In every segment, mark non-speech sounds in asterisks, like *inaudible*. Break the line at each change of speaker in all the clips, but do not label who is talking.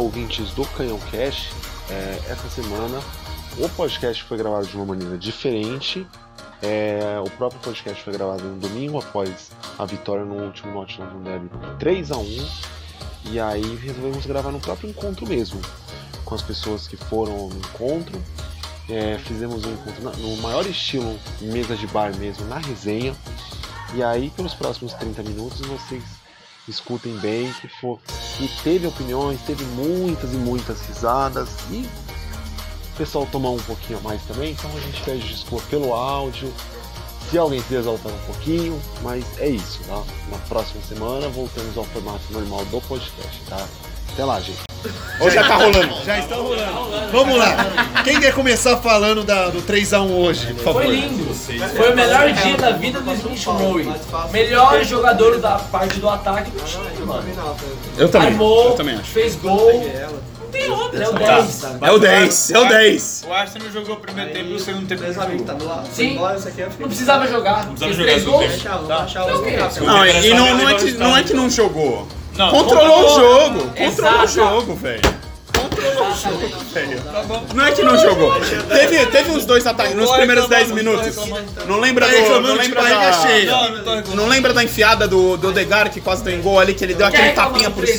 ouvintes do Canhão Cash. É, essa semana o podcast foi gravado de uma maneira diferente. É, o próprio podcast foi gravado no domingo após a vitória no último Not London Derby 3 a 1 E aí resolvemos gravar no próprio encontro mesmo, com as pessoas que foram ao encontro. É, fizemos um encontro na- no maior estilo mesa de bar mesmo, na resenha. E aí, pelos próximos 30 minutos, vocês escutem bem que for. E teve opiniões, teve muitas e muitas risadas e o pessoal tomar um pouquinho a mais também. Então a gente pede desculpa pelo áudio, se alguém se exaltar um pouquinho, mas é isso, tá? Na próxima semana voltamos ao formato normal do podcast, tá? Até lá, gente.
Ou já tá rolando?
Já está rolando.
Vamos lá. Quem quer começar falando da- do 3x1 hoje, por favor?
Foi lindo. Foi o melhor dia da vida do Smith Murray. Melhor jogador da parte do ataque do time, mano.
Eu também.
Armou,
Eu também acho.
fez gol. Não tem outra, é o 10.
É o 10, é o 10.
O Arsenal jogou o primeiro tempo e o segundo tempo não
tá,
jogou.
Sim.
é
Não precisava jogar. Fez
jogar
três
no
gols. Então o quê?
Não, e e não, não, é que, não é que não jogou.
Não,
Controlou o jogo. Controlou o
Exato.
jogo, velho. Não é que não jogou. Teve, teve uns dois ataques nos primeiros 10 minutos. Não lembra
Tá
do, não
reclamando de
lembra
barriga
da,
cheia.
não tô reclamando.
não lembra da enfiada do, do Odegar que quase deu em gol ali, que ele deu
Quer um
aquele tapinha
reclamar
por
3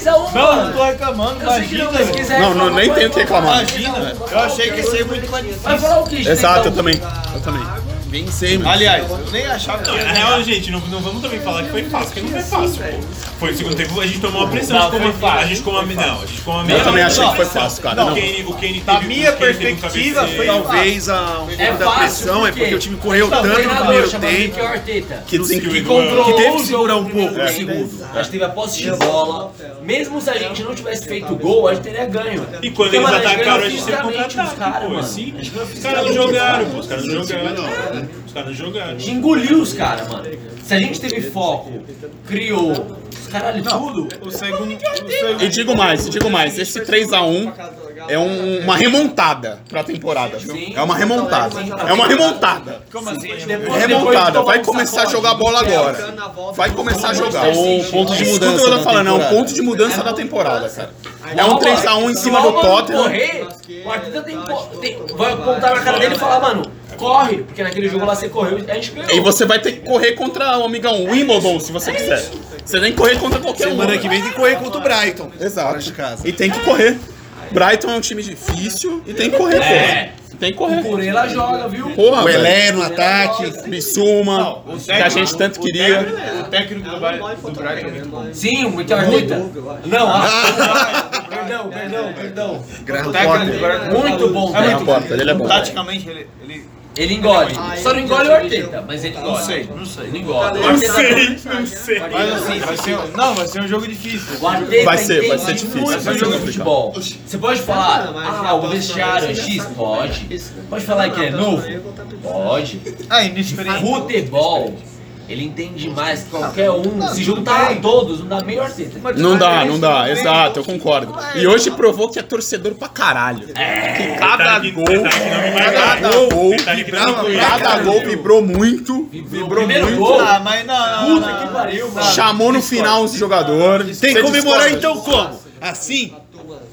cima.
a 1? Bora reclamar 3 a 1, mano.
Não, não tô reclamando,
Eu sei que
imagina.
não, mas se
velho.
quiser
Não, não,
reclamar,
nem
pode
tem o que
reclamar.
reclamar. Imagina,
Pode
eu
falar
achei
o
que ia
eu-
ser muito mais difícil.
Vai falar o que, gente?
Exato, eu
Então,
também. Eu também. Bem sei, mano.
Aliás, eu nem achava que
Não,
ia
na
ganhar.
real, gente, não, não vamos também falar que foi fácil, porque não foi fácil, pô. Foi o segundo tempo, a gente tomou uma pressão.
Não,
a gente ficou
foi
uma-
fácil,
A gente ficou uma Não, a gente ficou uma
Eu também achei que foi
pressão.
fácil, cara. Não.
O Kane, o Kane
Da
teve-
minha
o Kane teve um
perspectiva,
cabeceio.
foi fácil.
Talvez a, um pouco da
fácil,
pressão é
por
porque
quê?
o time correu
o
tanto no
treinador
primeiro
chama Mikel
tempo
Arteta.
que, desen-
Que
assim que
controlou
teve que
o
segurar
jogo
um pouco
no
o
segundo.
segundo.
A gente teve a posse de bola. Mesmo se a gente não tivesse feito gol, a gente teria ganho.
E quando
Porque,
eles
mano,
tá
a gente
atacaram,
ganhou
a gente teve
fisicamente dos caras,
contra-ataque, pô.
mano.
assim, Os caras não jogaram, pô. Os caras não jogaram. Os caras não jogaram.
gente engoliu os caras, mano. Se a gente teve foco, criou, os caralho, tudo.
O segundo. o segundo-
E digo mais, e digo mais, esse 3x1 é um- uma remontada pra temporada, viu?
Sim.
É uma remontada. É uma remontada.
Como assim?
Depois, depois de
É Remontada.
tomar
Vai
um
começar a
sacode.
jogar bola agora. Vai começar a jogar.
é
o ponto
Isso
de
que
mudança.
eu tô
da
falando, é um
temporada.
ponto de mudança da temporada, cara. É um
Calma,
3x1 em
se
cima
o
do
Alba não
Tottenham.
Correr, o Arteta tem, que- tem- vai apontar na cara dele e falar, mano, corre, porque naquele jogo lá você correu e a gente ganhou.
E você vai ter que correr contra o amigão Wimbledon, se você quiser. Você tem que correr contra qualquer um.
Semana
né?
que vem tem que correr contra o Brighton.
Exato.
Fora de casa.
E tem que correr. Brighton é um time difícil e tem que correr,
É.
pô. Tem que correr.
O Corela joga, viu?
Porra,
O
velho.
Elé no ataque.
Bissuma,
o
que a gente tanto queria.
O técnico do Bayern do Braga é muito bom.
Sim, o Mikel Arteta. Não, ah, *laughs* perdão, perdão, perdão.
Graham
O técnico do
Potter.
Braga é muito
Muito bom,
É
Na
velho.
muito
porta, ele é bom.
Taticamente, ele. ele-
Ele engole. Só não engole o Arteta, mas ele engole.
Não sei, não sei.
Ele engole. O
Não
Arteta-
sei, não sei.
Mas assim, vai ser um, não, vai ser um jogo difícil.
O Arteta
Vai ser- vai
entende
ser difícil,
muito
vai ser
do jogo de
complicado.
futebol. Você pode falar, ah, o vestiário é X? Pode. Pode falar que é novo? Pode.
Ah, inexperiente.
Futebol, ele entende mais que qualquer um. Se juntar todos, não dá meio Arteta.
Não dá, não dá. Exato, eu concordo. E hoje provou que é torcedor pra caralho. Que cada
Detalhe que-
gol,
detalhe que Tá não tá me marcaram.
cada gol,
Detalhe que não me marcaram.
cada gol vibrou muito.
Vibrou
Vibrou
primeiro
muito.
gol.
Ah, mas não, não,
Puta
não.
que pariu, mano.
Chamou no final os jogadores.
Tem que
Você
comemorar
discorda?
então como? Assim?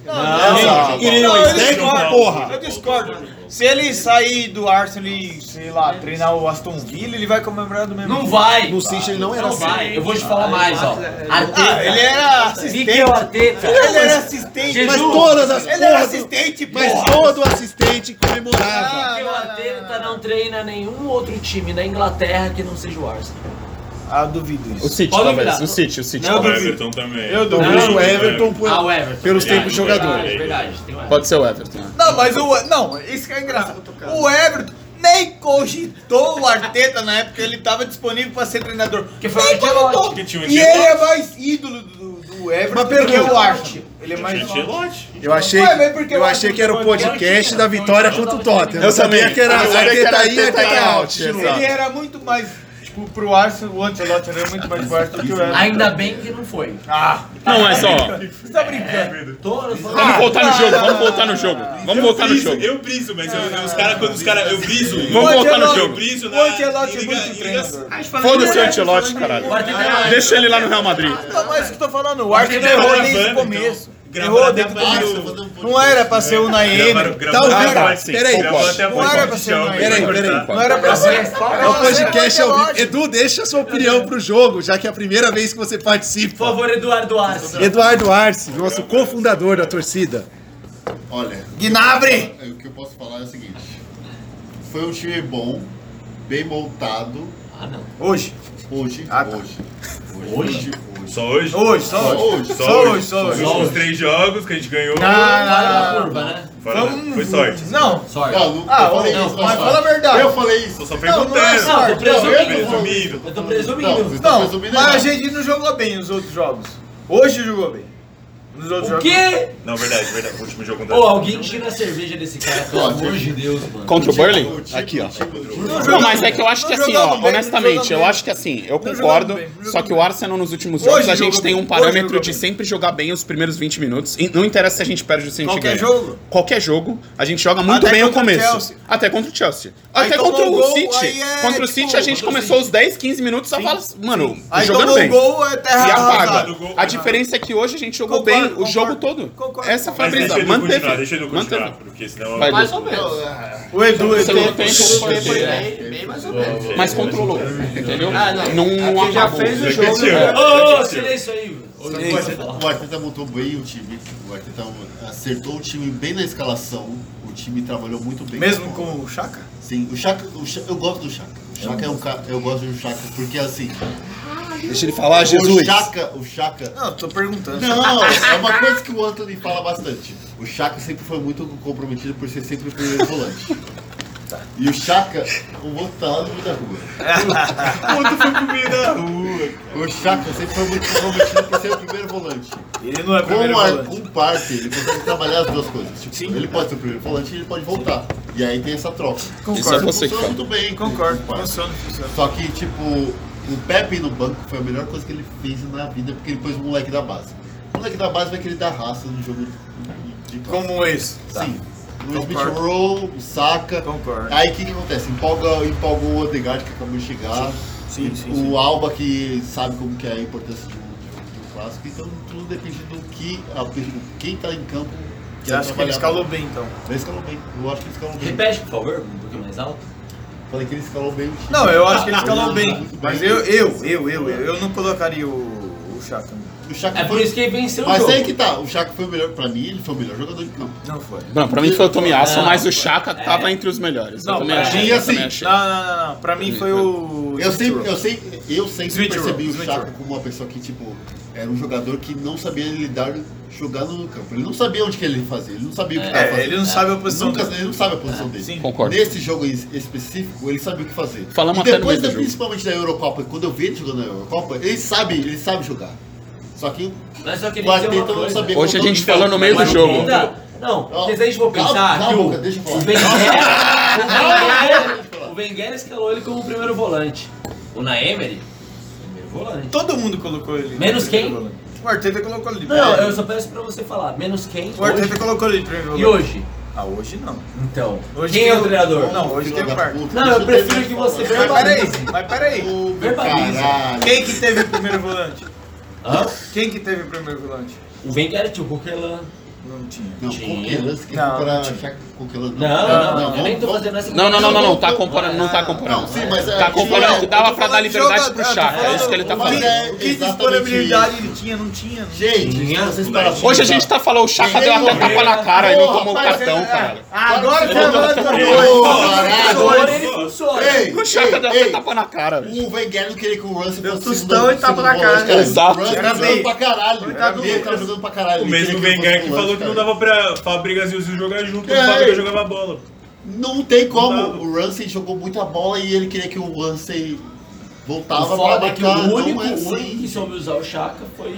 Exato. é
Grinões, né?
discordo.
Porra.
Eu discordo. Se ele sair do Arsenal e, sei lá, treinar o Aston Villa, ele vai comemorar do mesmo
Não
jeito.
vai.
No City ele não
é.
era
Não
assim.
vai. Eu vou te falar mais, ó.
Ah, ele
Arteta.
era
é
assistente.
Mikel Arteta.
Ele era assistente.
Jesus.
Mas todas as
Ele era
porras. do-
assistente,
Mas
porra.
todo assistente comemorava.
Mikel Arteta não treina nenhum outro time da Inglaterra que não seja o Arsenal.
Ah, duvido
O
isso.
City,
Pode
talvez.
virar.
O City, o City.
Não,
O
talvez.
Everton também.
Eu duvido.
Talvez
Não,
o Everton por-
Ah, o Everton.
pelos tempos
Verdade,
jogadores.
Verdade, tem o Everton.
Pode ser o Everton. né?
Não, mas o. Não, isso que é engraçado. O Everton nem cogitou o Arteta na época que ele tava disponível pra ser treinador.
Que foi o
Nem
Ancelotti.
cogitou.
Que tinha o
E ele
Ancelotti.
é mais ídolo do, do Everton
Uma
do que
pergunta.
o Arsenal. Ele é mais.
Gente, é lote.
Eu achei,
Ué, mas por que
eu
o
achei que era o
Arsenal
podcast da vitória contra o Tottenham.
Eu sabia que era-
Eu
sabia que era
Arteta in,
Arteta
Arteta
out,
out.
exato.
Ele era muito mais. Tipo, pro Arsenal, o Ancelotti era muito mais pro Arsenal do que o Everton.
Ainda bem que não foi.
Ah,
Não, é só.
você tá brincando.
Todas
Ah,
as-
Vamos voltar no jogo, vamos voltar no jogo. Vamos voltar no
Briso,
jogo.
eu briso, mas eu- eu- os caras, quando os caras, eu briso.
Vamos
Ah, O
voltar no
Ancelotti-
Eu
jogo.
briso
O
na.
Ancelotti é
em
muito
liga- em liga-
treinador.
Foda-se o Ancelotti, caralho.
O Arteta é mais.
Deixa ele lá no Real Madrid.
Não, mas o que eu tô falando, o Arsenal
Ele é
errou desde o
Havana,
começo. Errou
até
dentro do
a
Max.
posição-
Não era pra ser o
Gravaram-
Naene.
gravaram
Tá
até a
ouvindo?
parte-
Peraí,
gravaram até a
não
parte
era pra ser
inicial,
o Naene.
vai
Peraí,
cortar.
peraí.
Não era pra ser.
É o podcast ao vivo. Edu, deixa a sua opinião pro jogo, já que é a primeira vez que você
Por
participa.
É favor, Eduardo Arce.
Eduardo Arce, nosso cofundador da torcida.
Olha,
Gnabre!
o que eu posso falar é o seguinte. Foi um time bom, bem montado,
Hoje.
hoje,
Ah, tá.
hoje, hoje, hoje, hoje.
Só hoje?
Hoje, só hoje. Só hoje, só hoje.
Os últimos três jogos que a gente ganhou.
É
Ah, não, não,
né?
Fora- Foi sorte.
não.
Não, não,
Ah,
eu falei
não,
isso,
mas fala a verdade.
Eu falei isso.
Eu só
Não, não é
perguntando.
Não, eu tô presumindo.
Presumido.
Eu tô
Não, vocês
presumindo.
estão
Não,
resumindo é
mas a
errado.
gente não jogou bem nos outros jogos. Hoje jogou bem. Nos outros
O
jogos.
quê?
Não, verdade, verdade. O último jogo
Ô,
da.
alguém tira a cerveja desse cara, pelo amor de Deus, mano.
Contra o Burley?
Aqui, ó.
Não, mas é que eu acho que
Não
assim, ó,
jogamos bem, não jogamos
honestamente, eu
bem.
acho que assim, eu
jogamos
concordo,
bem, não jogamos
só que o
bem.
Arsenal nos últimos jogos
Hoje
a gente
jogou
tem
bem,
um
hoje
parâmetro
jogou
de
bem.
sempre jogar bem os primeiros 20 minutos. E não interessa se a gente perde ou se a gente
Qualquer
ganha.
jogo.
Qualquer jogo, a gente joga muito
Até
bem o
contra o
começo.
Chelsea.
Até contra o Chelsea.
Aí
Até
tomou
contra o
um gol,
City.
aí é,
Contra o
tipo,
City a gente
contra o
começou os 10, 15 minutos só fala, assim, mano,
Aí
jogando
tomou um
bem.
gol, é terra
E
arrasada.
apaga.
gol.
A diferença é que hoje a gente jogou
Concordo,
bem o
concordo,
jogo todo.
concordo.
Essa foi a
Mas deixa
brisa.
ele continuar,
Manteve.
deixa ele continuar.
Manteve.
Porque senão.
Vai,
Mais
Dudu.
ou menos.
O Edu, Edu.
Segundo tempo, foi
Foi bem, bem mais ou menos.
mas controlou, entendeu?
Ah, não.
Não, não
Aqui já
acabou.
fez o
Repetiu.
jogo, né?
Ô, ô, tira isso aí, mano.
O Arteta- O Arteta montou bem o time. O Arteta acertou o time bem na escalação. O time trabalhou muito bem.
Mesmo com o Chaka?
Sim, o Chaka, o Cha- eu gosto do Chaka. O Chaka é um cara, eu gosto do Chaka porque assim,
Deixa ele falar,
o
Jesus.
Chaka, o Chaka
Não, tô perguntando.
não, é uma coisa que o Anthony fala bastante. O Chaka sempre foi muito comprometido por ser sempre o primeiro volante.
Tá.
E o Chaka, o outro tá lá no meio da rua. O outro foi pro meio da rua. O Chaka sempre foi muito comprometido por ser o primeiro volante.
Ele não é primeiro
Com a,
volante.
com parte, ele consegue trabalhar as duas coisas. Tipo, ele pode ser o primeiro volante e ele pode voltar. E aí tem essa troca.
Isso é
Concordo,
você que
Funciona
fala.
muito bem. com-
concordo.
com parte.
Funciona, funciona.
Só que, tipo, o Pepe no banco foi a melhor coisa que ele fez na vida, porque ele pôs o moleque da base. O moleque da base vai querer dar raça no jogo de, de classe.
Como esse.
Sim. O Smith
Tá. Então Concordo.
Roll, o Saka.
Concordo.
Aí o que, que acontece? Empolga, empolga o Odegaard que acabou de chegar.
Sim, sim,
o
sim.
Alba que sabe como que é a importância do, do, do clássico. Então tudo depende do que a, quem tá em campo.
Você acha que ele escalou bem, então?
bem? Ele escalou bem. Eu acho que ele escalou bem.
Repete, por favor, um pouquinho mais alto.
Falei que ele escalou bem o time.
Não, eu acho que ele escalou
Não,
bem.
muito
*laughs* Mas
bem.
eu, eu, eu, eu, eu, eu não colocaria o, o Chaka.
O Chaka
É por
foi-
isso que ele venceu o
Mas
jogo.
aí que tá, o Chaka foi o melhor, pra mim, ele foi o melhor jogador de campo.
Não foi.
Não, pra mim foi o Tomiasson,
Não,
mas o Chaka
é.
tava entre os melhores.
Não,
eu também
pra tá.
achei,
mim,
eu
assim,
também achei.
Não, não, não, não. Pra mim foi o.
Eu sempre,
Smith
eu sei, eu sempre
Smith Rowe,
percebi o
Smith
Chaka
Rowe.
como uma pessoa que, tipo, era um jogador que não sabia lidar, jogar no campo. Ele não sabia onde que ele fazia, ele não sabia o que
Rowe.
tava fazendo.
É, ele não sabe a posição
Nunca-
dele.
ele não sabe a posição dele.
sim.
Concordo.
Nesse jogo em específico, ele sabe o que fazer.
Falamos
e
até no
depois,
meio do
da-
jogo.
principalmente da Eurocopa, quando eu vi ele jogando na Eurocopa, ele sabe, ele sabe jogar. Só que
Mas é só que ele
o
tem uma
Arteta não
coisa.
sabia
Hoje a
colocar
gente
o Miguel.
falou no meio do
Mas
jogo.
ainda- Não,
Ó,
porque se a gente for
cala-
pensar
cala a
que o,
boca, deixa eu falar.
o Wenger, o Wenger escalou ele como primeiro volante. O Naemery, primeiro volante.
Todo mundo colocou ele.
Menos
no
quem?
primeiro volante. O Arteta colocou ele de
Não,
primeiro.
eu só peço pra você falar, menos quem
O Arteta
hoje
colocou ele de primeiro.
e
volante.
hoje.
Ah, hoje não.
Então,
Hoje
quem é
tem
o treinador?
Não, hoje
Filho
tem
da
o Parque.
puta,
Não,
deixa
eu prefiro
terminar
que
de
você
falar.
Mas
verbalize.
peraí, mas peraí.
Ô, meu
Verbaliza.
Caralho.
Quem que teve o primeiro volante?
Hã?
Quem que teve o primeiro volante?
O Wenger tinha o Coquelin.
Não tinha.
Não,
Tinha.
Coquelance, que
Não,
não, pra
não tinha.
achar que Coquelance
Não, não, não, eu nem tô
vamos-
fazendo essa
Não, não, não, não, não, tá
Não,
comparando, não tá
Não,
comparando.
sim, mas é.
Tá comparando que dava pra dar
falando de
liberdade
jogador,
pro
eu tô
Chaka, é isso que ele tá
falando-
Que,
falando.
É,
que
exatamente
disponibilidade ele tinha, não tinha. não tinha.
Gente, se vocês pararam pra
Hoje a
pensar-
gente tá falando, o Chaka
Ninguém
deu até
morreu.
tapa na cara e não
Porra,
tomou o
rapaz,
cartão,
é-
Então, cara.
Agora tá você vai
tá
falar de
Ô,
jogador.
caralho.
Agora é ele funciona.
Ei,
O Chaka
ei,
deu
ei,
até tá tapa na cara.
O Wenger não queria que o Russell
Deu
fosse
tostão
segundo-
e tapa na
segundo volante,
cara.
Exato.
O Russell
Era
tava
bem.
jogando pra caralho.
Coitado
Ele
do
tava
Lucas.
jogando pra caralho.
O
ele
mesmo
queria
Wenger que
ele fosse
falou que não
volante,
dava pra Fábricas e o Zil jogar junto, quando
tá- É.
o Fábrica jogava bola.
Não tem como.
Não dava.
O Ramsey jogou muita bola e ele queria que o Ramsey voltava
O
pra
foda é
marcar.
que o único,
não é
o
assim.
único que soube usar o Chaka foi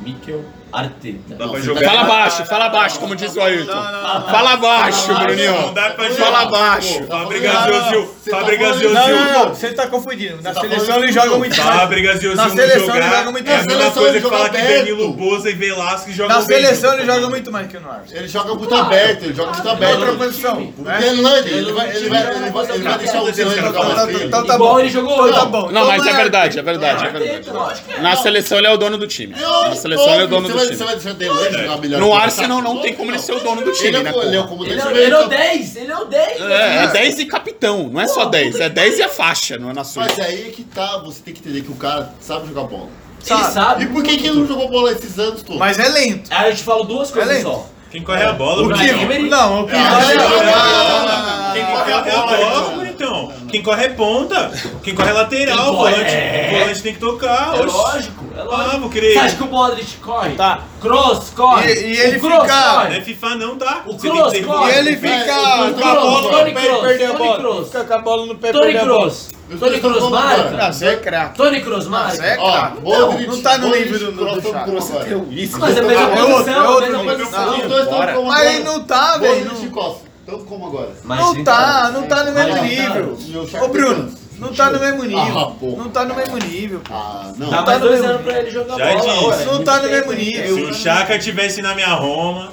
Mikel Arteta.
Dá
Não,
pra
você
jogar.
Fala baixo, fala baixo, como diz o Ailton. Fala baixo,
Fala
Não
Bruninho.
dá pra jogar.
Fala baixo.
Tá
Fábricas
falando-
e o Zil.
Você tá
Fábricas e
Não,
o
falando- Brasil.
não,
Zil.
não, você tá confundindo. Na
Você tá
seleção
falando
ele
do
joga
jogo.
muito mais.
Fábricas e o Zil
Na
não
seleção ele
jogar.
joga muito
É a
mais.
Na
mesma
seleção
coisa
ele
que
joga
falar que
aberto.
Danilo Boza e Velasco jogam
Na
bem.
seleção ele joga muito mais que no Arsenal.
Ele joga muito aberto, ele joga muito aberto.
Outra posição.
O
né?
Delaney, ele vai, ele vai, ele vai, ele vai deixar o Delaney jogar mais que ele.
Então tá
Igual
bom.
ele jogou
Então
hoje.
tá bom.
Não, mas
Então
é
vai-
verdade, é verdade, é verdade.
Arteta, lógico que é.
Na seleção ele é o dono do time. Na seleção ele é o dono do do
vai,
time.
você vai deixar o Delaney jogar melhor que
No
o
Arsenal
Lukaku?
não tem como ele ser o dono do
Ele
time, né?
é o-
pô?
ele é o comandante
Ele, é-
do
ele é o
meio.
10, ele é o 10.
É, é
velho.
10 e capitão, não é só
Pô,
10. É
puta que
10 e a faixa, não é na sua.
Mas aí que tá, você tem que entender que o cara sabe jogar bola.
Ele sabe.
E por que, que ele não jogou bola esses anos todos?
Mas é lento.
Aí eu te falo duas coisas
Peraí.
só.
Quem corre a bola,
O
Brasil.
time-
Não, o que.
Ah,
olha,
não,
olha,
não,
olha,
Quem corre a bola é o bonitão. Quem corre é ponta. Quem corre é lateral.
Quem
O
corre
volante,
é-
o volante tem que tocar.
É
oxe.
lógico, é lógico.
Ah, vou querer-
Você acha que o Modric corre?
Tá.
Cross corre.
E- e ele
o Kroos
fica-
Não
corre.
é FIFA não dá.
O
Você tem
Kroos
que ter-
corre.
E ele
Vai,
fica
o
com a
Kroos,
bola
Tony
no pé e
Kroos,
perdeu a
Tony
bola.
Kroos.
Fica com a bola no pé e
Tony
perdeu a bola.
Kroos.
Eu tô
Tony
falando
Kroos marca.
agora.
Ah, você é craque.
Tony Kroos marca.
é
Ó,
Não,
Modric,
não tá no
Modric,
nível do- do
Kroos,
Chaka.
Kroos, agora.
Mas é a
Ah,
mesma
é outro, é
posição,
outro,
é a mesma
não,
posição.
um Os dois estão como
Mas
agora.
ele não tá, velho.
Modric e
Não,
Costa. Tanto como agora.
Mas então,
não
ele
tá, não tá no
Mas
mesmo
não tá.
nível.
E o Chaka
Ô, Bruno,
tem quantos?
não tá no mesmo
Ah,
nível.
porra.
Não tá no mesmo nível.
Ah, não.
Dá
tá
mais
no
dois
mesmo
anos pra ele jogar
Já
bola.
disse.
ué.
Não tá no mesmo nível.
Se o Chaka tivesse na minha Roma.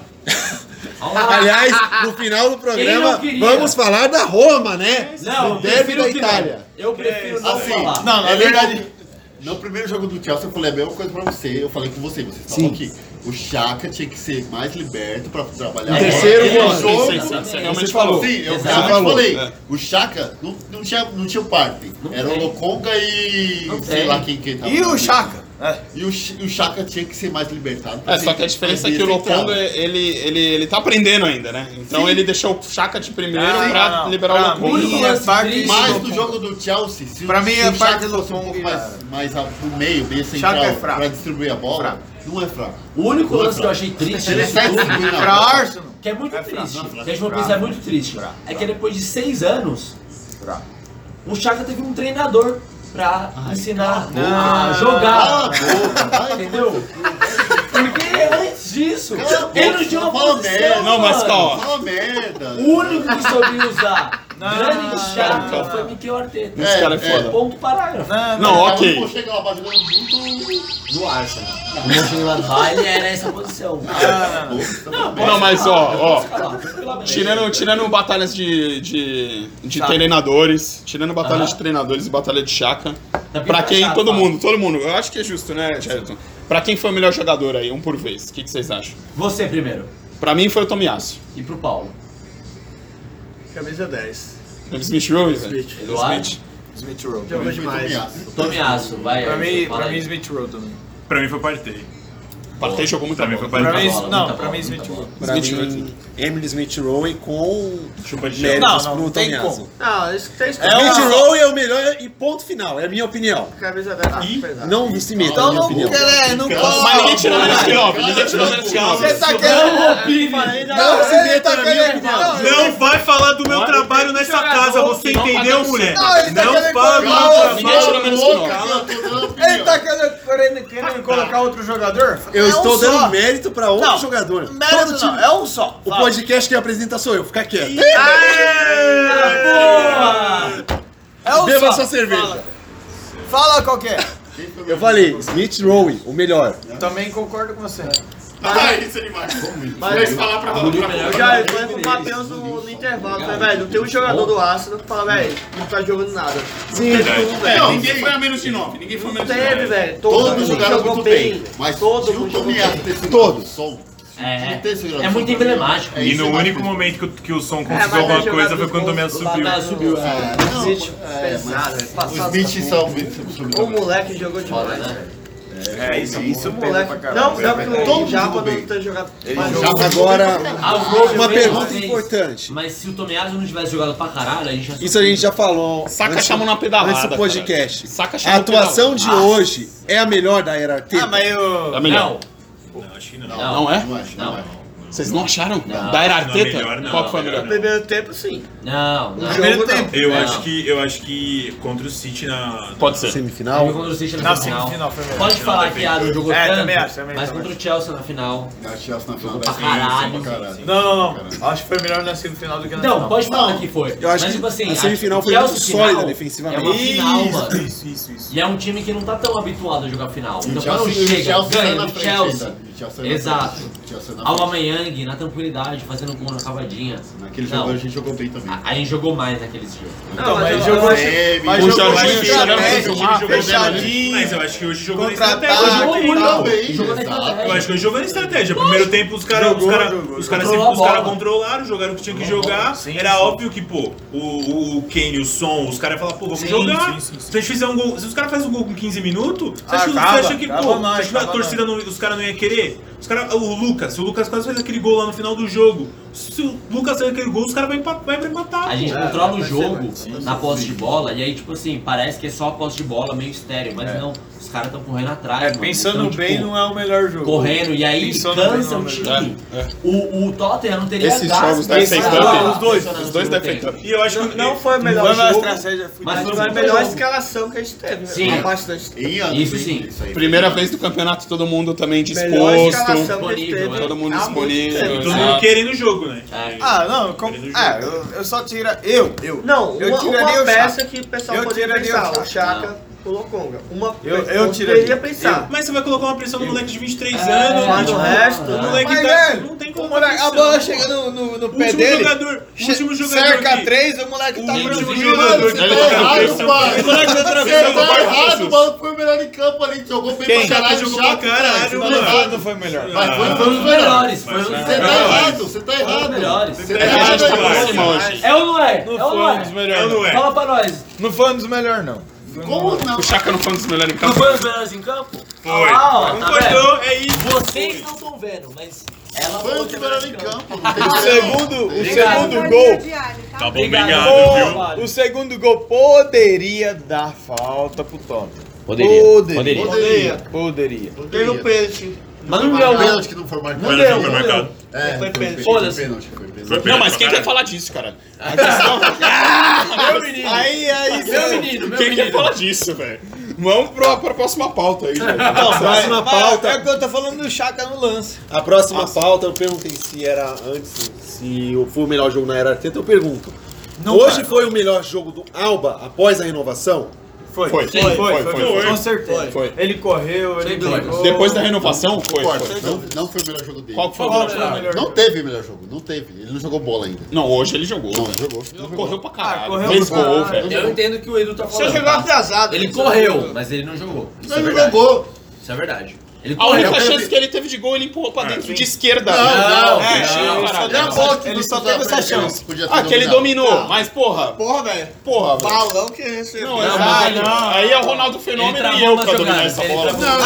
Aliás, no final do
Ele
programa,
não queria.
vamos falar da Roma, né?
Não,
Do
eu
derby
prefiro
da
que não.
Itália.
Eu prefiro não
Assim,
falar.
Não, na
é
verdade-
verdade. No primeiro jogo do Chelsea, eu falei a mesma coisa pra você. Eu falei com você, você falou que o Chaka tinha que ser mais liberto pra trabalhar.
É,
terceiro
ele
volante,
joga-
sim,
sim, sim,
ele
realmente
joga-
falou.
Sim, eu
Exato.
realmente
falou,
falei.
é.
O Chaka não, não tinha, não tinha o party. Era o
tem.
Lokonga e
Não
sei
tem.
lá quem que tava.
E o Chaka?
E o, Ch- o Chaka tinha que ser mais libertado. pra
É, só
ele-
que a diferença
pra
é
ele
que o
entrar.
Lokonga, ele, ele, ele tá aprendendo ainda, né? Então ele deixou o Chaka de primeiro
Ah,
pra
não, não.
liberar
Pra
o Lokonga.
mim,
pra-
é parte-
Mas no jogo do Chelsea, se o-
Pra mim,
se
a
o
parte
Chaka
do
fosse um pouco
Lokonga,
mais, mais a- pro meio, bem central,
Chaka é fraco.
pra distribuir a bola,
Fraco.
não é fraco.
O único
Não é
lance que eu
fraco.
achei triste
Ele
nesse
sai
jogo,
distribuindo a
Pra
bola.
Arsenal.
que é muito
É fraco,
triste,
não, fraco.
que a gente vai pensar é muito triste,
Fraco,
é que depois de seis anos,
Fraco.
o Chaka teve um treinador pra ensinar
a
a
boca.
Cala a
jogar,
boca,
*laughs*
vai
entendeu? Porque antes disso,
Cala a boca,
ele não tinha uma
fala merda.
posição,
Não, mas
mano.
calma.
Fala merda.
O único que soube usar
não,
grande Chaka
não.
foi Mikel Arteta.
Esse
cara é foda.
Ponto parágrafo.
Não, ok.
Não chega um lá é pra jogar junto.
Do Arsenal. O Mönchengladbach, ele era essa posição.
Não, mas ó, ó.
ó,
Tirando, tirando batalhas de, de, de treinadores, tirando batalha
Aham.
de treinadores e batalha de Chaka,
Tá bem
pra quem,
fechado,
todo
fala.
mundo, todo mundo, eu acho que é justo, né, Gerson? Pra quem foi o melhor jogador aí, um por vez, o que, que vocês acham?
Você primeiro.
Pra mim foi o Tomiasso.
E pro Paulo.
Camisa 10.
Smith Rose, velho.
Eduardo.
Smith Rowe.
Foi muito ameaça.
Tomiasso, vai.
Pra mim,
Edson, fala
pra mim
aí.
Smith Row também.
Pra mim foi partei.
Partey jogou muito
Também
bem.
foi
Pra
partei.
mim,
bola,
não,
muita
pra mim
bola,
Smith
muita
Rowe.
Pra mim, Emily Smith Rowe com
Chupa de chão.
méritos
Não, não,
pro
tem
Tomiasso.
como.
Não, isso que tem escolha.
É Smith Rowe é o melhor e ponto final, é a minha opinião.
Camisa dela.
Ih.
Não me se meta, é a
Então
minha
não
opinião.
quer, é, não
Mas
Mas
pode.
ninguém tirou menos que nove, ninguém tirou menos que nove.
Você tá querendo. Não,
Não se
ele
meta
tá
na minha
querendo.
opinião.
Não,
Não vai falar do meu trabalho nessa casa, você
não
entendeu,
paga
mulher?
Não, ele tá querendo
Não fala do
colocar o-
meu
Ninguém tirou
Tá
trabalho.
menos que nove.
Cala, tô dando opinião.
Ele tá querendo, querendo- querendo colocar outro jogador?
Eu
É
estou
um
dando
só.
mérito pra outro
Não,
jogador.
Mérito
Todo
não,
time.
é um só.
O
Fala.
podcast que apresenta sou eu, fica quieto.
É um
Beba
só.
sua cerveja.
Fala qual que é.
Eu falei, Smith Rowe, o melhor.
Também concordo com você.
Ah, isso é demais. Mas falar pra
Eu já eu falei pro Matheus no, no intervalo, falei, velho, não tem um jogador do Arsenal que fala, velho, não tá jogando nada.
Não, ninguém foi a menos de nove, ninguém foi a
Não
menos de
teve,
nove.
velho. Todo,
Todos
mundo
jogaram
jogou
muito bem. Mas
todo
se o
mundo jogou
Tomiasso
bem.
ter segurado
Todos.
o som.
É,
não tem segurado
é
o som,
muito emblemático.
é
E
isso
no
é
único
bacana.
momento que, o- que o som
mas
conseguiu alguma
tem
coisa
jogado
foi quando o Tomé
gols,
subiu.
Batata subiu.
É, não, é,
Pesado, é
mas
passado.
os Smith são muito sobre
O moleque jogou demais,
né?
velho.
É isso, isso
O moleque. Não, não, porque
Todo
o
mundo
Japa
jogou bem.
não tá jogado.
Mas
Mas
já
Agora,
Ah, o Rowe
uma
fez,
pergunta
fez.
importante.
Mas se o Tomiasso não tivesse jogado pra caralho, a gente já
Isso a gente já falou.
Saca
antes-
chamou na pedalada,
Antes do podcast.
cara. Saca
a
chamou
atuação de
pedalada.
hoje é a melhor da era Arteta.
Ah, mas eu...
Tá
É melhor.
Não,
Não, acho que não.
não.
Não é?
Não é, não é.
Vocês não acharam?
Não.
Da era
Não, é
Arteta?
melhor não,
Qual que foi a
melhor
melhor?
no primeiro tempo, sim.
Não,
No
Um
não.
Primeiro
jogo, não.
tempo.
Eu
Não.
acho que eu acho que contra o City na
Pode ser.
Jogou
Semifinal.
contra o City na,
Na
final.
semifinal foi melhor.
Pode falar que a Aro jogou
É,
tanto,
também acho, também
mas
acho.
contra o Chelsea na final.
A Chelsea na final
Pra
da Champions,
caralho.
pra caralho.
Não, não, não. Acho que foi melhor na semifinal do que na
Não,
final.
pode falar
Não.
que foi.
Eu
mas,
acho que
tipo assim,
a semifinal
o
foi muito
Chelsea
sólida
final
defensivamente.
É uma final, mano.
Isso, isso, isso.
E é um time que não tá tão habituado a jogar final.
E o
Então quando
Chelsea- e o
chega,
Chelsea
ganha
tá na
do
frente
Chelsea,
ainda. Chelsea
Exato.
Chelsea na frente.
Aubameyang na tranquilidade, fazendo gol na cavadinha.
Naquele
Não.
jogo a gente jogou bem também.
A, a gente jogou mais naquele jogo.
Não,
mas
eu-
jogou-
eu-
É,
mas
me-
O
jogou
Jorginho
bem,
chegando
né?
no
Esse
filmar,
time jogou
fechadinho.
bem, né?
Mas eu acho que hoje jogou na
Contra-ataque.
Ah,
estratégia.
Jogou muito.
Também,
Jogou na
exato.
estratégia.
Eu acho que hoje jogou na estratégia. Primeiro tempo os caras os
Jogou,
cara,
jogou.
os cara se-
Controlou a
os cara
bola.
controlaram, jogaram o que tinha que jogar. Era óbvio que, pô, o, o, o Kane, o Son, os caras falaram, pô, vamos
Sim,
jogar.
sim, sim, sim.
Se a gente fizer um gol, se os caras fazem um gol com 15 minutos, você
Ah,
acha, que- você
acaba,
acha que,
acaba
pô,
mais,
você acha que a
acaba
torcida, não, os caras não ia querer? Os cara, o Lucas, o Lucas quase fez aquele gol lá no final do jogo. Se o Lucas fez aquele gol, os caras vão empa- vai pra empatar.
A
pô.
gente controla o jogo na posse de bola, e aí, tipo assim, parece que é só a posse de bola meio estéreo, mas não, os caras estão correndo atrás.
É,
mano.
pensando
Então, tipo,
bem, não é o melhor jogo.
Correndo, e aí
Pensando bem,
cansa
não,
o
mas-
time. O, o Tottenham não teria
Esses
gasto
jogos da
pra Ah,
FA
jogar.
Cup,
Os dois,
os dois da FA Cup.
E eu acho que.
Não foi o melhor
Foi uma
jogo,
estratégia fui-
Mas
mas foi a
um
melhor
jogo.
escalação que a gente teve. né?
Sim.
Bastante.
Em anos,
Isso
hein?
sim.
aí.
Primeira vez do campeonato, todo mundo também
Melhor
disposto.
escalação que a gente
disposto,
teve.
Todo mundo
Ah,
há muito
disponível.
Todo mundo
exato.
querendo o jogo, né?
É.
Ah, não, como... é, eu, eu só tira. Eu, eu.
Não,
Eu
uma,
tiraria
uma
o
peça
Chaka.
que o pessoal
Eu
poderia
tiraria o
pensar. O
Chaka.
Chaka o Conga. Uma
Eu-
pessoa
eu tiraria.
poderia pensar.
Mas você vai colocar uma pressão no moleque de 23
É,
Mas
anos,
o
tipo,
É,
resto,
o
não.
moleque
Mas,
tá,
velho,
não tem
o
como
moleque- a
pressão,
bola
pô.
chega no, no, no
O
pé
último
dele.
jogador, o último jogador
Cerca
que-
três, o moleque
o
tá
último
tranquilo.
jogador que
Ele
colocou
tá errado,
pressão-
mano.
Ele colocou
Você
pressão no
tá
Barça.
errado, o maluco foi o melhor em campo ali, jogou bem
Quem?
pra caralho.
Jogou
chato,
pra caralho,
Mas
mano.
foi-
Não foi melhor.
Mas foi,
Foi um
foi um dos
dos
melhores.
melhores, foi um dos
Você tá
melhores.
errado, você tá
Foi um dos
errado.
melhores.
Você
É,
tá errado,
tá
velho.
ótimo hoje.
É ou não é?
Não
é ou
foi um dos
não é?
melhores.
Eu não é.
Fala pra nós.
Não foi um dos melhores, não.
Como não?
O Chaka não foi um dos melhores em
Não
campo.
foi os melhores em campo?
Foi.
Ah, ó, tá vendo?
Concordou, é isso.
Vocês não estão vendo, mas ela
Foi
que
um dos
é
melhores
melhor
em campo. não tem
O
como.
segundo, o
Obrigado.
segundo gol.
Tá bom,
Obrigado.
obrigado, viu?
O segundo gol poderia dar falta pro Tottenham.
Poderia,
Poderia.
Poderia.
Poderia.
Teve o pênalti.
Mas não
Foi
deu, né?
pênalti que não foi marcado.
Mas não foi marcado.
É,
Foi
foi
pênalti.
pênalti.
Foda-se.
pênalti, foi pênalti.
Foi
Não,
pênalti
mas quem
pra
quer
caralho.
falar disso, cara?
Meu menino.
Aí, aí,
Meu
sim.
menino, meu
Quem quer
menino.
falar disso, velho? Vamos pra, pra próxima pauta aí, velho.
Não, a próxima
Mas É
pauta.
que eu tô falando do Chaka no lance.
A próxima pauta, eu perguntei se era antes, se foi o melhor jogo na era Arteta, eu pergunto. Hoje foi o melhor jogo do Alba após a renovação?
Foi.
Foi,
Sim,
foi, foi, foi.
Com certeza.
Foi.
Ele correu, ele
dúvida.
brigou.
Depois da renovação, foi. foi.
Não, não foi o melhor jogo dele.
Qual que foi
Qual
o
foi o
melhor?
melhor
Não teve melhor jogo, não teve. Ele não jogou bola ainda.
Não, hoje ele jogou.
Não,
velho.
ele jogou.
Correu pra caralho.
Ah, correu
Fez
pra
gol,
caralho.
velho.
Eu entendo que o Edu tá
Você
falando.
chegou
tá?
atrasado.
Ele correu, mas ele não jogou. Isso é
Ele
verdade.
jogou.
Isso é verdade. Ele
A
correu.
única chance tá que ele teve de gol, ele empurrou
Ah,
pra dentro de esquerda.
Não,
É,
não,
ele só
caralho.
deu a bola que
Ele
ele só
precisava
teve essa
pegar,
chance.
podia ter
Ah, que ele
dominado.
dominou, mas porra.
Porra, velho.
Porra, velho.
Balão que recebeu.
Não, exato. Aí é o Ronaldo
Ele
Fenômeno
travou
e eu
uma
pra dominar
jogada,
essa
ele
bola.
*laughs*
travou.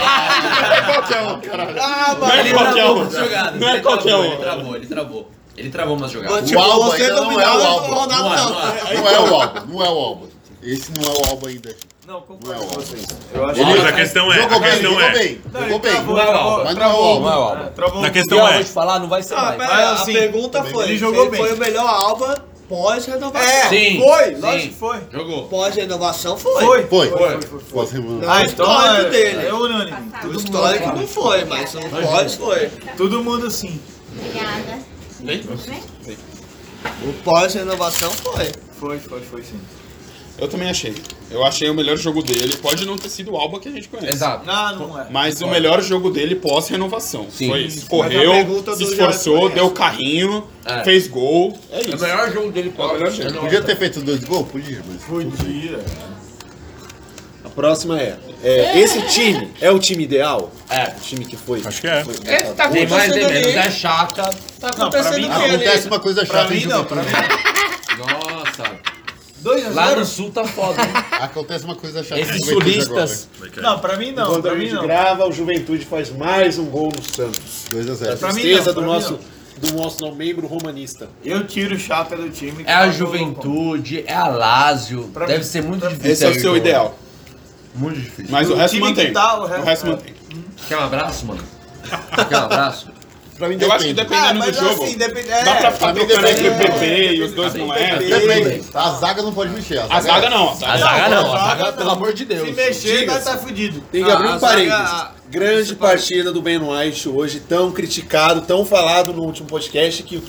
Não, não é qualquer um, caralho.
Ah,
Não é
Ele
qualquer
travou
um.
umas jogadas.
Não é
ele
qualquer
travou,
um.
Ele travou, ele travou. Ele travou umas jogadas.
Tipo,
O Alba
você
ainda não
dominava o
é o Alba.
Ronaldo,
Não é,
não.
não é.
Não é o Alba, não é o Alba. Esse não é o Alba ainda.
Não,
Não é o
concordo com
Alba.
vocês. Eu acho
Mas a questão é,
Jogou
a
bem,
questão
jogou
é.
bem. Jogou bem.
Travou, travou,
Mas não é o Alba.
É, travou.
Na
E
questão
ó, vou
é.
te falar, não vai ser
Ah,
mais.
pera,
Mas,
a
assim,
pergunta
também
foi,
ele
ele
jogou
jogou
bem.
foi o melhor Alba pós-renovação.
É,
Sim.
foi,
Sim.
lógico que foi.
Jogou.
Pós-renovação foi.
Foi.
Foi.
Foi.
Pós remunerado.
Ah,
O histórico
é-
dele.
É unânime.
O histórico não foi, mas o pós foi.
Todo mundo sim.
Obrigada.
O pós-renovação foi.
Foi, foi, foi sim.
Eu também achei. Eu achei o melhor jogo dele. Pode não ter sido o Alba que a gente conhece.
Exato.
Não, não é.
Mas o melhor jogo dele pós-renovação.
Sim.
Foi isso.
Mas a
Correu,
pergunta
se
do
esforçou,
Jorge
deu carrinho,
É.
fez gol. É
É o
isso.
melhor jogo dele.
É o melhor jogo.
Podia ter feito dois gols? Podia, mas.
Podia.
A próxima é, é, esse time é o time ideal?
É.
O time que foi.
Acho que é.
Esse tá
Tem mais
acontecendo
nem menos.
ali.
É chata.
Tá acontecendo o que
Acontece
ali?
uma coisa
Pra
chata
mim
em
não, pra
juventude.
mim.
Nossa.
Dois a
Lá
zero?
no sul tá foda. hein?
Acontece uma coisa chata em
Esses
juventude
sulistas.
Não, pra mim não,
Quando
pra
a
mim
gente
não.
grava, o Juventude faz mais um gol no Santos.
agora. 2 a 0.
Pra mim
Tristeza
não, pra
do
mim
nosso, do nosso não membro romanista.
Eu tiro o chapa do time.
É a juventude, é a Lazio.
Tá Pra
Deve
mim-
ser muito
pra mim-
difícil.
Esse é o
aí,
seu
jogo.
ideal.
Muito difícil.
Mas o
O
resto
time que
mantém.
tá, o
O
resto-
resto
é.
mantém.
Quer um abraço, mano? Quer um abraço?
Pra mim
Eu acho que
Ah,
dependendo do
mas
jogo,
assim, depende- é,
dá pra ficar
também
trocando entre o
depende-
PP e os dois moleques.
Depende. A zaga não pode mexer.
A zaga não, tá? a zaga
A zaga
não,
não,
a
a
zaga
zaga,
não.
pelo amor de Deus.
Se
Então,
mexer, nós
Diga-se.
tá fudido.
Tem que abrir
Ah,
um
a zaga-
parênteses.
a-
Grande partida do Ben White hoje, tão criticado, tão falado no último podcast que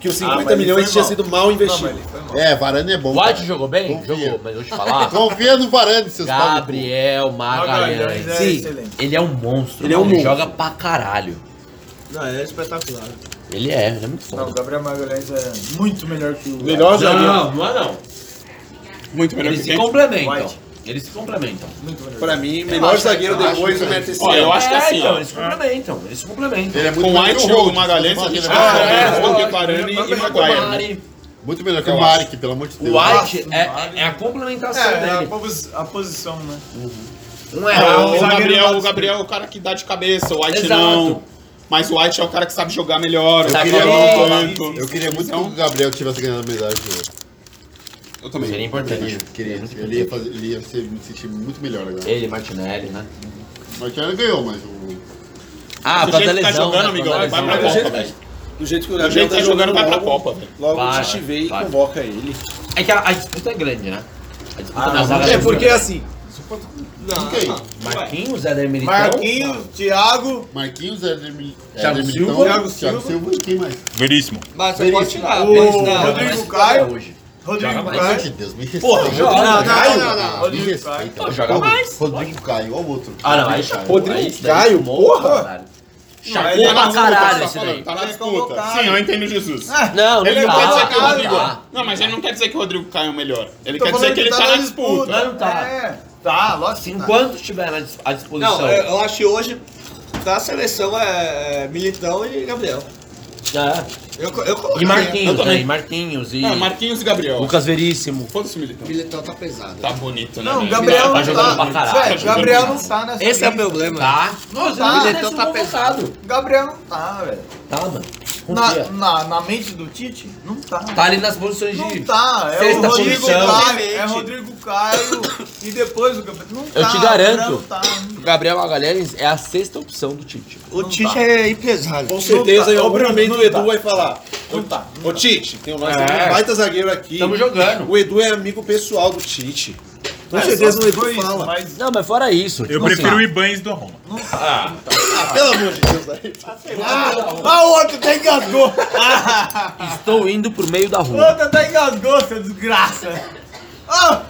que os
Ah, mas
50
ele
milhões
foi
tinha
mal.
sido mal investido.
É, Varane é bom.
O White
cara.
jogou bem?
Confia.
Jogou, mas eu vou te
*laughs*
falar.
Confia no Varane, seus pau no cu.
Ah. Gabriel Magalhães.
Magalhães é
Sim,
excelente.
ele é um monstro.
Ele é
mano,
um monstro.
joga pra caralho.
Não, é espetacular.
Ele é, ele é muito
Não, o
foda.
Gabriel Magalhães é muito melhor que o.
Melhor jogador.
Não, não é não.
Muito melhor
Eles
que
se
quem?
complementam.
White.
Eles se complementam.
Pra mim, melhor zagueiro
acho
depois
que-
do Mertens.
Ó, eu acho que
É,
assim,
então,
ó.
eles se complementam. Eles se complementam.
Ele é muito
Com
melhor
Um White,
que o
Diogo
Rodri,
Magalhães, a
Varane
gente
é
vai
melhor.
falar
é,
menos do que Varane
Mas
e
é
melhor que o
Maguire.
Mari.
Muito melhor que o Marek, pelo amor de Deus.
O White é, é- é a complementação
É, a,
dele.
posi- a posição, né?
Um é
Ah,
alto,
o,
zagueiro
Gabriel,
não-
o Gabriel é o cara que dá de cabeça, o White
Exato.
não. Mas o White é o cara que sabe jogar melhor, o
Sabe
que joga
jogar
no
bola.
banco.
Eu queria muito que o Gabriel tivesse ganhado a medalha de ouro.
Eu
Seria
também.
importante.
Queria, queria. Ele ia, fazer, ele ia ser, me sentir muito melhor agora.
Ele, Martinelli, né?
O Martinelli ganhou, mas o...
Ah,
Do
por causa da
jeito que tá
lesão.
jogando,
né?
amigão,
Por
vai
causa da
pra
lesão.
Copa, velho.
Do jeito que o
O
Gabriel
jeito que
tá
tá jogando vai pra
logo-
Copa, velho.
Logo o
Vai,
Tite vê e
vai.
convoca ele.
É que a, a disputa é grande, né? A disputa na zaga
É
grande.
porque assim,
Ok.
Marquinhos, Éder Militão.
Marquinhos, Thiago.
Marquinhos, Éder Mil-
Thiago
Éder
Silva.
Militão,
Thiago
Thiago Silva e quem mais?
Veríssimo.
Mas você pode tirar.
O Rodrigo Caio.
Hoje.
Rodrigo
Pelo amor
Caio.
de Deus, me respeita.
Não, não, não, não,
Ah,
não.
me
Rodrigo Caio.
respeita.
Pô, joga
Rodrigo-
mais.
Rodrigo Caio, olha o outro.
Ah, não, aí chapou.
Rodrigo
aí, isso daí
Caio,
chapou,
porra!
caralho.
ele
Chapou Tá pra caralho esse daí.
Tá na
Ele é
disputa.
convocado.
Sim, eu entendo Jesus.
Não,
Ele não
dá,
quer dizer que o
não
Rodrigo.
dá.
Não, mas ele não quer dizer que o Rodrigo Caio é o melhor. Ele
Tô
quer dizer
falando
que ele tá na disputa.
Não,
Não, não tá.
É. Tá, lógico que tá.
Enquanto estiver na dis- à disposição.
Não, eu eu acho que hoje da seleção é Militão e Gabriel.
É.
Eu, co- eu
E
coloquei.
é.
Eu
Marquinhos,
também.
né? E Marquinhos e
Não, Ah, Marquinhos e Gabriel.
Lucas Veríssimo.
Foda-se o Militão.
Militão tá pesado.
Tá bonito, né?
Não,
velho?
Gabriel
Tá
não
jogando pra
tá.
caralho.
Velho, Gabriel não tá nessa.
Esse é o
lista.
problema.
Tá.
Nossa,
Tá.
o Militão tá pesado.
Gabriel não tá, velho.
Tá, mano.
Na, na, na mente do Tite, não tá.
Tá ali nas posições de...
Não tá, é
Sexta
o Rodrigo
posição.
Caio, é o Rodrigo Caio e depois o Gabriel. Não
Eu
tá,
te
o
garanto.
Gabriel não tá,
O Gabriel Magalhães é a sexta opção do Tite.
O Tite é empresário.
com certeza,
tá,
em algum
Bruno,
momento
não
o Edu
tá.
vai falar.
não tá.
Ô Tite, tem um nosso
É.
baita zagueiro aqui.
Tamo jogando.
O Edu é amigo pessoal do Tite. Com
É,
certeza
só
o Edu
foi isso,
fala.
Mas
Não, mas fora isso.
Eu prefiro o Ibanez do Roma.
Ah, pelo amor de Deus, aí.
Ah, o outro tá engasgou!
Estou indo pro meio da
O
rua.
outro tá engasgou, seu desgraça! Ah,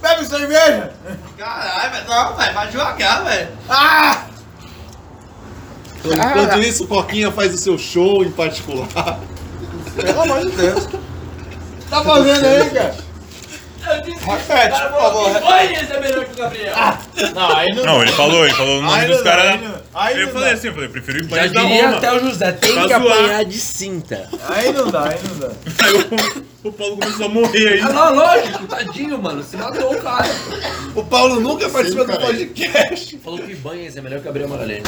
bebe cerveja!
Caralho, velho. Não, velho, vai devagar, velho.
Ah!
Enquanto isso, o Coquinha faz o seu show em particular.
Pelo amor de Deus.
Tá fazendo aí, cara?
Repete, por favor.
O Baines é melhor que o Gabriel.
Não, aí não.
Não, ele falou, ele falou o nome
Aí
dos
não dá, aí
caras.
não- aí
Eu
não
falei
dá.
assim, eu falei, prefiro o
Já
Ibanez da
diria
Roma.
até o José, tem
Pra
que
zoar.
apanhar de cinta.
Aí não dá, aí não dá.
Aí o- o Paulo começou a morrer aí.
Ah, não, lógico, tadinho, mano. Você matou o cara.
O Paulo nunca participou do
cara.
podcast.
Falou que Banhas é melhor que Gabriel Magalhães.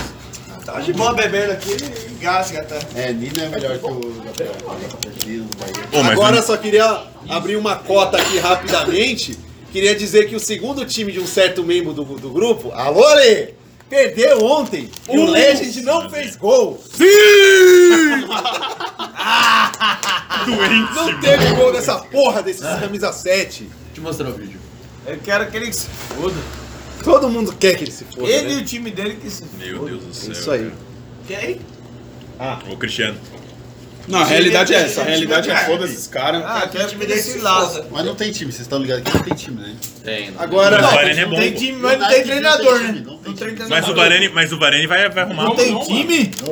Tá de boa bebendo aqui, engasga até.
É, Nina é melhor que o Gabriel. Nina do Bahia.
Pô, mas
Agora eu só queria abrir uma cota aqui rapidamente. Queria dizer que o segundo time de um certo membro do, do grupo, alô, Lê, perdeu ontem. E o Legend não fez gol. *laughs*
doente.
Não teve gol nessa porra desses camisa 7.
Te mostrar o vídeo.
Eu quero que ele se foda.
Todo mundo quer que ele se foda.
Ele
né?
e o time dele que se foda.
Meu Deus do céu. Ah.
Isso aí.
Ô, Cristiano.
Não, a realidade é essa. A realidade é foda-se esses caras.
Ah, quero que ele se lasca.
Mas não tem time, vocês estão ligados que não tem time, né?
Tem. né?
Agora,
Não, o Varane é bom.
Tem
pô.
time, mas não
Não tem
tem
time,
treinador, né?
não tem
Não tem
time.
treinador.
Mas o Varane, mas o Varane vai, vai arrumar.
Não tem time?
Tem.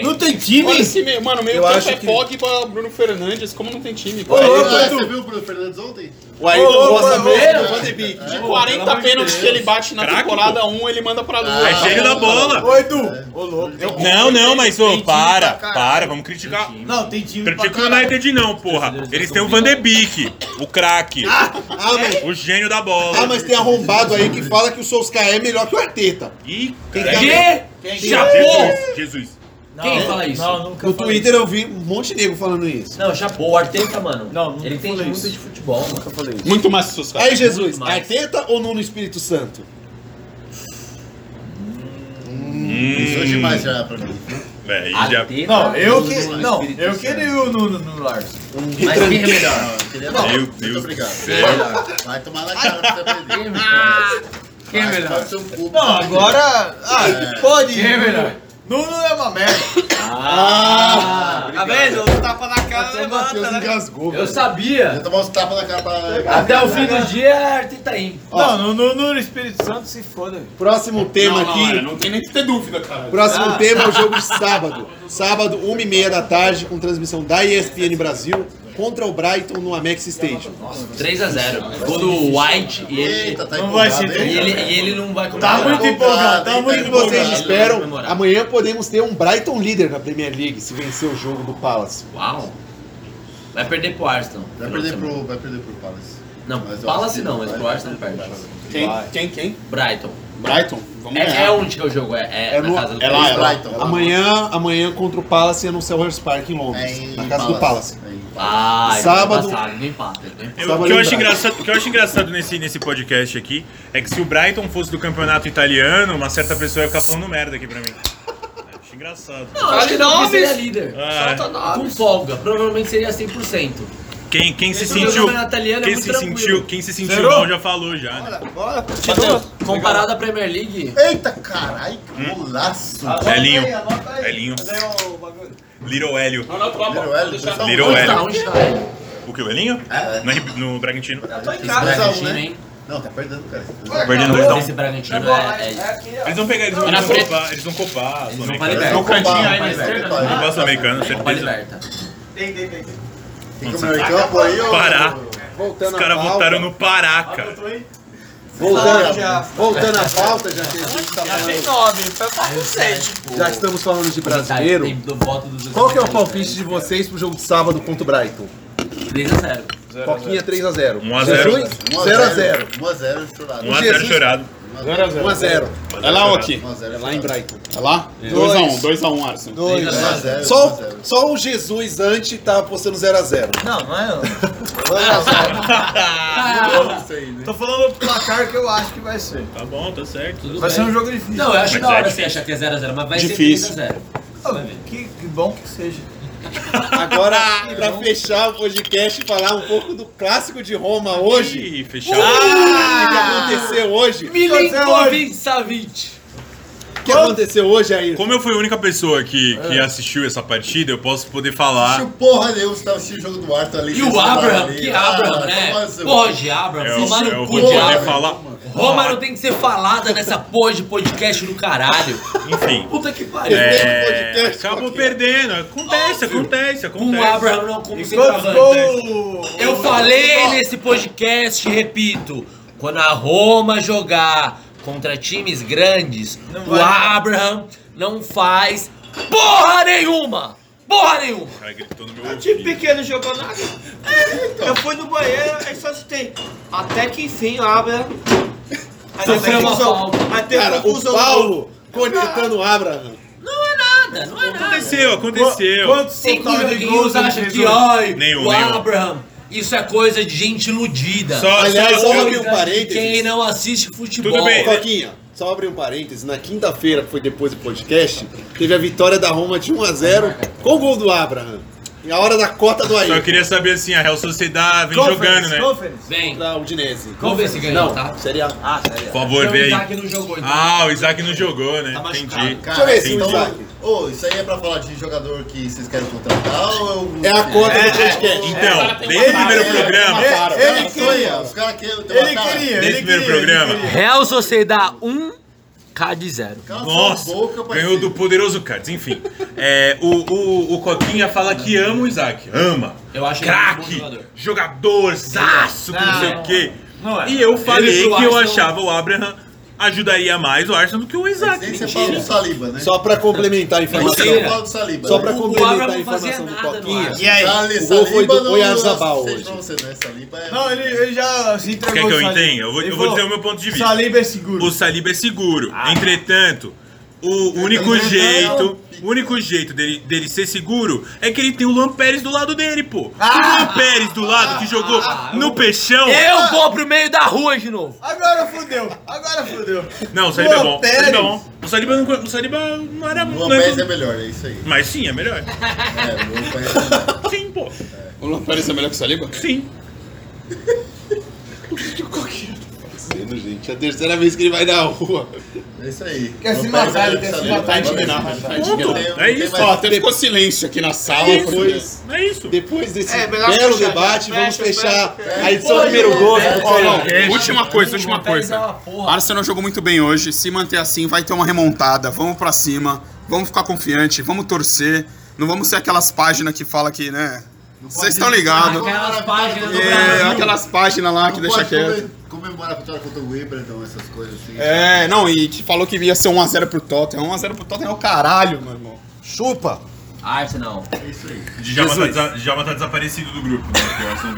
Não tem
Olha
time?
esse meio, mano, meio
Eu
campo
acho
é
que-
Pogba, Bruno Fernandes, como não tem time?
Ô,
cara?
louco,
Ah,
Edu.
você viu o Bruno Fernandes ontem?
o Ayrton
Ô, ô,
gosta
ô,
mesmo
ô,
do Van de Beek.
De 40 pênaltis que ele bate na
Craque,
temporada, um ele manda pra lua.
É cheio da bola.
Ô, Edu.
É.
Ô, louco. Eu-
Não, não, mas
Tem
ô,
time
para,
pra caralho.
para, vamos criticar.
Não, tem time pra
Critica o
caralho.
United não, porra. Eles têm o Van de Beek, o craque,
Ah, mas,
o gênio da bola.
ah, mas tem arrombado aí que fala que o Solskjaer é melhor que o Arteta.
Ih,
Quê?
Quem- é?
Jesus, Jesus.
Não,
Quem fala isso?
Não, nunca
No
falei
Twitter eu vi um monte de nego falando isso.
Não, chapou. O Arteta, mano.
Não, não
ele tem
falei
muito
isso.
de futebol, mano.
Muito mais que os caras.
Aí, Jesus,
mais.
Arteta ou Nuno Espírito Santo?
Isso é demais já pra mim.
Véi, já...
é
Arteta, é
Não, eu que.
Nuno,
Não,
Espírito
eu
Santo.
queria o Nuno no Lars.
Mas quem é melhor?
Não, eu queria
Não.
não.
Meu
Muito
Deus
obrigado.
do céu.
Vai tomar na cara pra você aprender.
Ah,
Quem é melhor?
Não, agora. Ah, pode.
Quem
é melhor?
Nuno é uma merda.
Ah!
Tá vendo? Um tapa na cara
Tá
O Matheus
levanta, né?
engasgou.
Eu sabia.
Já tomar uns tapas na cara pra.
Até o fim do dia, tenta ir.
Não, no, no, no Espírito Santo se foda. velho.
Próximo tema
Não, não,
aqui.
olha, não tem nem que ter dúvida, cara.
Próximo tema é o jogo de sábado. Sábado, 1h30 da tarde, com transmissão da ESPN Brasil contra o Brighton no Amex Stadium.
3x0. Gol do White e ele.
Eita, tá
Não vai se
empolgado,
ter.
E
hein?
ele, e ele não vai
Tá
comemorar.
muito empolgado, tá
Eita,
muito
O que vocês
empolgado.
esperam? Amanhã podemos ter um Brighton líder na Premier League se vencer o jogo do Palace.
Uau. Vai perder pro Arsenal.
Vai
Final de
perder
semana.
pro, vai perder pro Palace.
Não,
Mas eu acho
Palace
que
não, mas
vai-
pro Arsenal perde.
Quem? Quem? Quem?
Brighton.
Brighton? Vamos
É, é onde que é o jogo? É, é,
É
na
no-
casa do
É lá, é lá.
Brighton. Amanhã, amanhã contra o Palace é no Selhurst Park em
É
Londres,
em
na casa do Palace.
É em-
Ah,
Sábado.
Sábado. Passado, não né? empata. ele não empata.
Eu-
Tava
O que eu acho
lembrado.
engraçado, o que eu acho engraçado nesse, nesse podcast aqui é que se o Brighton fosse do campeonato italiano, uma certa pessoa ia ficar falando merda aqui pra mim. Eu Acho engraçado.
Não, acho que não seria líder.
Ah,
Com folga, provavelmente seria 100%.
quem, quem se
Esse jogo
sentiu.
na italiana é
Quem
muito
se
tranquilo.
sentiu, quem se sentiu
Zerou?
mal já falou já, né?
Bora,
Matheus, comparado à Premier League,
Eita, caralho, que golaço.
Ah, Belinho.
Anota aí.
Belinho.
Cadê o bagulho?
Little Hélio.
Little L, dois a um.
Little
Dois
L.
a
tá
um.
onde tá ele?
O que, o Elinho?
É, é.
No, R- no Bragantino.
Eu tô em
Dois
casa.
a um,
Bragantino,
né?
hein?
Não, tá perdendo, cara.
Perdendo
Mas
dois a
Esse
um.
Bragantino é, é-
Eles vão pegar, eles vão,
É na
eles vão
frente.
copar, eles vão copar. Eles
vão pra liberta.
Não
Cantinho aí na
vai,
esquerda,
vai, vai.
Copa Sul-Americana,
Copa
certeza.
Liberta.
Tem, tem, tem. tem.
Tem que melhor em campo aí, ô.
Pará. Os
Voltando
caras
à pauta-
votaram no Pará, cara.
Ah,
Voltando,
já.
voltando à pauta, já que a gente tá
Já
falando-
tem nove, foi pra sete.
já que estamos falando de brasileiro.
Tá, Tem do voto dos
Qual que é o palpite de vocês pro jogo de sábado contra o Brighton?
3x0.
Coquinha 3x0.
1 a 0.
0x0.
1x0, chorado.
1x0
Jesus.
chorado.
1x0.
Mas
É lá ou
chorado.
aqui?
É lá em Brighton.
É lá? 2x1, 2x1 Arsenal.
2
1 a 0,
É. Só,
1 a 0.
só o Jesus antes tá tava postando 0x0.
Não, não é. não.
Tô falando.
placar que eu acho que vai ser.
Tá bom, tá certo.
Vai ser um jogo difícil.
Não, eu acho
Mas
da
é
hora você
difícil.
achar que é 0x0, mas vai
Difícil.
ser 3x0.
Ah, que, que bom que seja.
Agora, pra fechar o podcast e falar um pouco do clássico de Roma hoje.
Ih, fechado.
O que aconteceu hoje?
Milinkovic Savic.
O que aconteceu hoje aí?
Como eu fui a única pessoa que, que assistiu essa partida, eu posso poder
Assistiu
falar.
porra nenhuma, você tava assistindo o jogo do Arthur ali.
E o
desse
Abraham,
lado
que
ali. Ah,
Abraham, né?
toma seu-
Porra de Abraham,
um- É, Eu,
tomar
eu
no cu
vou
de
poder
Abraham.
falar.
Roma não tem que ser falada nessa porra de podcast do caralho.
Enfim.
Puta que pariu.
É,
podcast,
acabou
Joaquim.
perdendo. Acontece, acontece,
Com o
acontece.
Um Abraham não como centroavante.
Gol!
Eu falei nesse podcast, repito, quando a Roma jogar contra times grandes, o Abraham não faz porra nenhuma! Porra nenhuma!
O cara gritou no meu ouvido.
Time pequeno jogou nada. Eu fui no banheiro, aí só escutei. Até que enfim, abra. Aí
Sofreu
teve
uma
confusão.
falta.
Aí teve
Cara, o
confusão.
Paulo um, conectando o Abraham.
Nada, não é nada.
Aconteceu, aconteceu.
Quantos
Cinco
total de
joguinhos
gols
acham
ele
que,
fez hoje?
ai,
Nenhum,
o
nenhum.
Abraham, isso é coisa de gente iludida.
Só,
Aliás,
só,
só abrir um
de
parênteses.
quem não assiste futebol.
Tudo bem.
Coquinha, só abrir um parênteses. Na quinta-feira, que foi depois do podcast, teve a vitória da Roma de 1x0 com o gol do Abraham. E a hora da cota do
só
Ayrton.
queria saber assim, a Real Sociedade vem
Conference,
jogando, né?
Conference.
Vem,
Da Tá, Udinese.
vamos ver se ganhou,
Não,
tá?
seria...
Ah, sério.
Por favor,
Então, o
vê aí.
Isaac não jogou, então.
Ah, o Isaac não jogou, né?
Tá machucado.
Entendi.
Cara,
Deixa eu ver se
então,
o Isaac.
Ô, isso aí é pra falar de jogador que vocês querem contratar ou
É a cota do podcast.
Então, desde o primeiro programa,
Ele, ele sonha, os caras querem ter
Ele
uma cara.
queria,
desde
ele
o primeiro
queria, ele
programa,
Real Sociedade 1, Cade 0.
Cala sua
Nossa,
boca, parceiro.
ganhou do poderoso Cards. Enfim, é, o, o, o Coquinha fala que ama o Isaac. Ama.
Eu acho ele um bom
Craque,
jogador.
jogador, zaço, que não sei o quê.
Não é.
E eu falei
Ele pro
que eu
Arsenal-
achava o Abraham ajudaria mais o Arsenal do que o Isaac.
Nem você fala do Saliba, né?
Só pra complementar a informação.
Você não fala do Saliba.
Só
né?
pra
O
complementar
tá
Abraham
a
não é? fazia
informação do
nada no
Coquinha.
ar.
E aí?
Sale-
O gol foi do
Saliba não-
Oyarzabal
não aceito
hoje.
pra você, né? Saliba é-
Não, ele, ele já se entregou.
Quer que eu
Saliba.
entenda? Eu vou-
Ele
eu vou
falou,
dizer o meu ponto de vista.
Saliba é seguro.
O Saliba é seguro. Entretanto, o único
Entretanto,
jeito, o único jeito dele, dele ser seguro é que ele tem o Luan Pérez do lado dele, pô. o Luan Pérez do lado que jogou no peixão.
Eu vou pro meio da rua de novo.
Agora fudeu, agora fudeu.
Não, o Saliba é
Luan
bom. O
Pérez.
Saliba é bom. O Saliba não, o Saliba não era
O
muito.
Luan Pérez é melhor, é isso aí.
Mas sim, é melhor.
É, o Luan Pérez é
*laughs*
melhor.
Sim, pô.
O Luan Pérez é melhor que o Saliba? *laughs*
Sim.
É
Gente, é a terceira vez que ele vai na rua.
É isso aí.
Quer se matar, ele quer se matar e te narra. É isso, ó, até ficou silêncio aqui na sala.
Depois,
é isso.
depois desse
É, melhor
belo
fechar,
debate,
fecha,
vamos fechar
fecha.
a edição
Fecha.
número 12 do
Ó, não,
Pelé.
Última coisa, última coisa. é Arsenal jogou muito bem hoje. Se manter assim, vai ter uma remontada. Vamos pra cima. Vamos ficar confiante. Vamos torcer. Não vamos ser aquelas páginas que fala que, né? Vocês estão ligados.
Aquelas páginas do
É,
Brasil.
aquelas páginas lá que
Não
deixa
pode
quieto.
come- Comemorar a vitória contra o Wimbledon, essas coisas assim.
É, não, e te falou que ia ser 1x0 pro Tottenham. 1x0 pro Tottenham é o caralho, meu irmão.
Chupa!
Arsenal.
É isso aí.
Djalma tá,
Jesus.
desa- Djalma tá desaparecido tá do grupo, né? Porque o Arsenal